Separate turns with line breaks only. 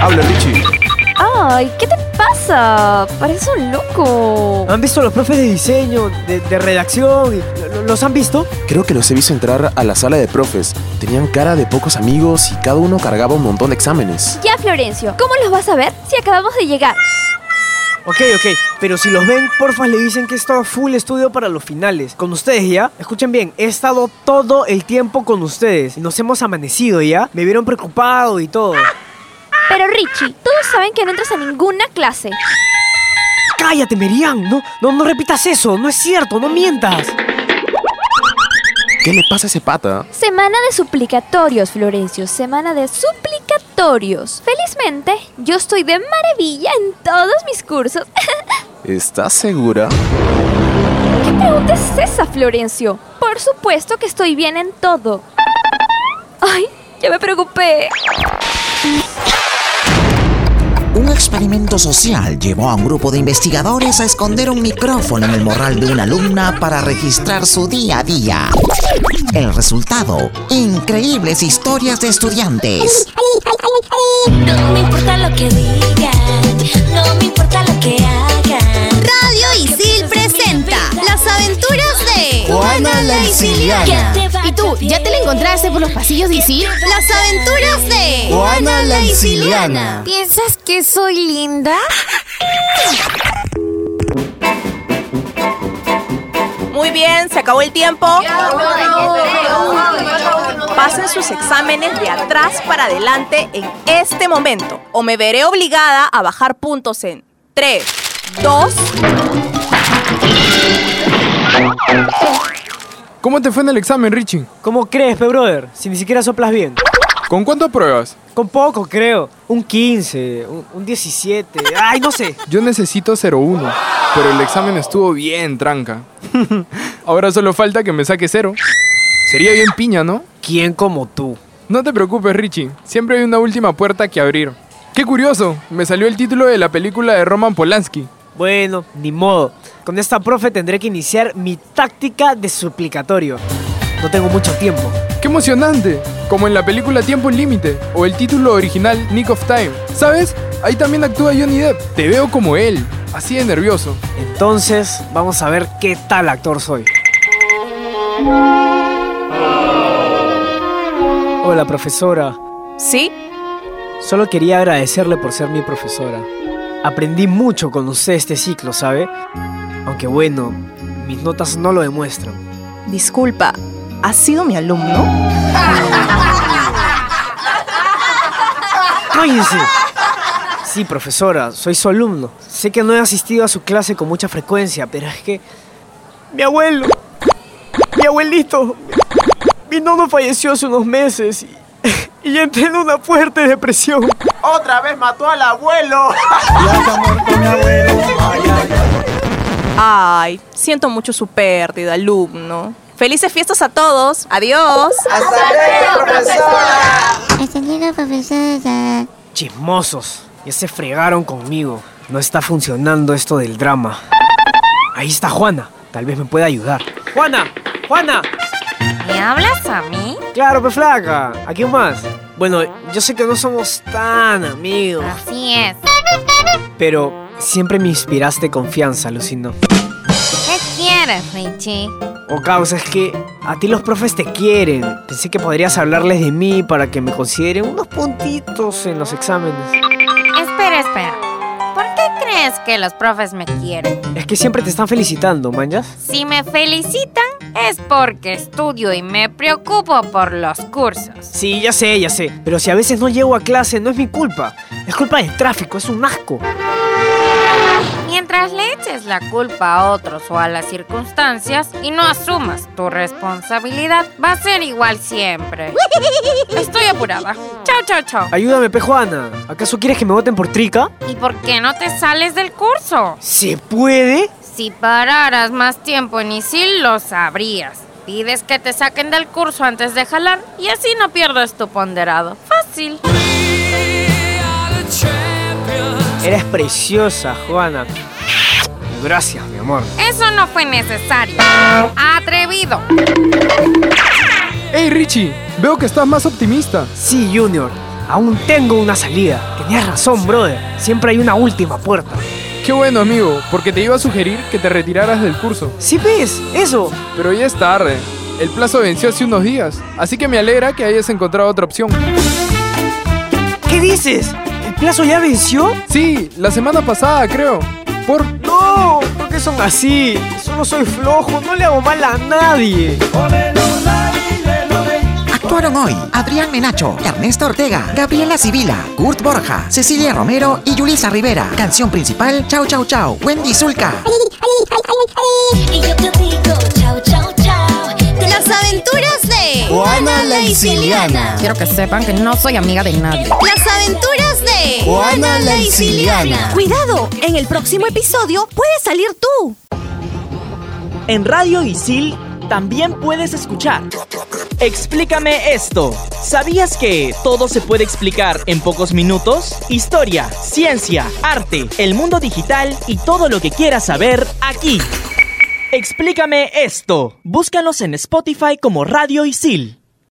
Habla Richie.
Ay, ¿qué te pasa? Parece un loco.
¿Han visto los profes de diseño, de, de redacción? ¿Lo- lo- ¿Los han visto?
Creo que los he visto entrar a la sala de profes. Tenían cara de pocos amigos y cada uno cargaba un montón de exámenes.
Ya, Florencio, ¿cómo los vas a ver si acabamos de llegar?
Ok, ok, pero si los ven, porfa le dicen que he estado full estudio para los finales. Con ustedes, ¿ya? Escuchen bien, he estado todo el tiempo con ustedes. Nos hemos amanecido, ¿ya? Me vieron preocupado y todo.
Pero Richie, todos saben que no entras a ninguna clase.
¡Cállate, Merian! No, no, no repitas eso, no es cierto, no mientas.
¿Qué le pasa a ese pata?
Semana de suplicatorios, Florencio, semana de suplicatorios. Felizmente, yo estoy de maravilla en todos mis cursos.
¿Estás segura?
¿Qué pregunta es esa, Florencio? Por supuesto que estoy bien en todo. Ay, ya me preocupé.
Un experimento social llevó a un grupo de investigadores a esconder un micrófono en el morral de una alumna para registrar su día a día. El resultado, increíbles historias de estudiantes.
No me importa lo que digan, no me importa lo que hagan.
Radio Isil presenta Las aventuras de Juana la
Isiliana.
¿Y tú, ya te la encontraste por los pasillos de Isil? Las aventuras de Juana la Isiliana. ¿Piensas que soy linda?
Muy bien, se acabó el tiempo. Pasen sus exámenes de atrás para adelante en este momento o me veré obligada a bajar puntos en 3, 2,
¿Cómo te fue en el examen, Richie?
¿Cómo crees, pe brother? Si ni siquiera soplas bien.
¿Con cuánto pruebas?
Con poco, creo. Un 15, un, un 17. Ay, no sé.
Yo necesito 0-1, pero el examen estuvo bien tranca. Ahora solo falta que me saque cero. Sería bien piña, ¿no?
¿Quién como tú?
No te preocupes, Richie. Siempre hay una última puerta que abrir. ¡Qué curioso! Me salió el título de la película de Roman Polanski.
Bueno, ni modo. Con esta profe tendré que iniciar mi táctica de suplicatorio. No tengo mucho tiempo.
¡Qué emocionante! Como en la película Tiempo Límite o el título original Nick of Time. ¿Sabes? Ahí también actúa Johnny Depp. Te veo como él, así de nervioso.
Entonces, vamos a ver qué tal actor soy. Hola, profesora.
¿sí?
Solo quería agradecerle por ser mi profesora. Aprendí mucho con usted este ciclo, ¿sabe? Aunque bueno, mis notas no lo demuestran.
Disculpa, ¿has sido mi alumno?
¡Cállense! Sí, profesora, soy su alumno. Sé que no he asistido a su clase con mucha frecuencia, pero es que. Mi abuelo. Mi abuelito. Mi nono falleció hace unos meses y. Y entré en una fuerte depresión.
Ay, siento mucho su pérdida, alumno. Felices fiestas a todos. Adiós.
Hasta luego, profesora.
Chismosos. Ya se fregaron conmigo. No está funcionando esto del drama. Ahí está Juana. Tal vez me pueda ayudar. ¡Juana! ¡Juana!
¿Me hablas a mí?
Claro, pe flaca. ¿A quién más? Bueno, yo sé que no somos tan amigos.
Así es.
Pero siempre me inspiraste confianza, Lucino.
¿Qué quieres, Richie?
O Oh, causa, es que a ti los profes te quieren. Pensé que podrías hablarles de mí para que me consideren unos puntitos en los exámenes.
Espera, espera. ¿Por qué crees que los profes me quieren?
Es que siempre te están felicitando, manjas.
Si me felicitan, es porque estudio y me preocupo por los cursos.
Sí, ya sé, ya sé. Pero si a veces no llego a clase, no es mi culpa. Es culpa del tráfico, es un asco.
Mientras le eches la culpa a otros o a las circunstancias y no asumas tu responsabilidad, va a ser igual siempre. Estoy apurada. Chao, chao, chao.
Ayúdame, pe Juana. ¿Acaso quieres que me voten por trica?
¿Y por qué no te sales del curso?
¿Se puede?
Si pararas más tiempo en Isil, lo sabrías. Pides que te saquen del curso antes de jalar y así no pierdes tu ponderado. Fácil.
Eres preciosa, Juana. Gracias, mi amor.
Eso no fue necesario. Atrevido.
¡Hey, Richie! Veo que estás más optimista.
Sí, Junior. Aún tengo una salida. Tenías razón, brother. Siempre hay una última puerta.
Qué bueno, amigo, porque te iba a sugerir que te retiraras del curso.
¿Sí ves? Eso.
Pero ya es tarde. El plazo venció hace unos días, así que me alegra que hayas encontrado otra opción.
¿Qué dices? ¿El plazo ya venció?
Sí, la semana pasada, creo. Por...
No, ¿por qué son así? Solo soy flojo, no le hago mal a nadie.
Actuaron hoy Adrián Menacho, Ernesto Ortega, Gabriela Sibila, Kurt Borja, Cecilia Romero y Yulisa Rivera. Canción principal, Chau Chau Chau, Wendy Zulka.
Y yo te digo, chao, chao, chao. Te
Las aventuras de
Juana la Isiliana.
Quiero que sepan que no soy amiga de nadie.
Las aventuras de
Juana la Isiliana.
Cuidado, en el próximo episodio puedes salir tú.
En Radio Isil también puedes escuchar. Explícame esto. ¿Sabías que todo se puede explicar en pocos minutos? Historia, ciencia, arte, el mundo digital y todo lo que quieras saber aquí. Explícame esto. Búscanos en Spotify como Radio Isil.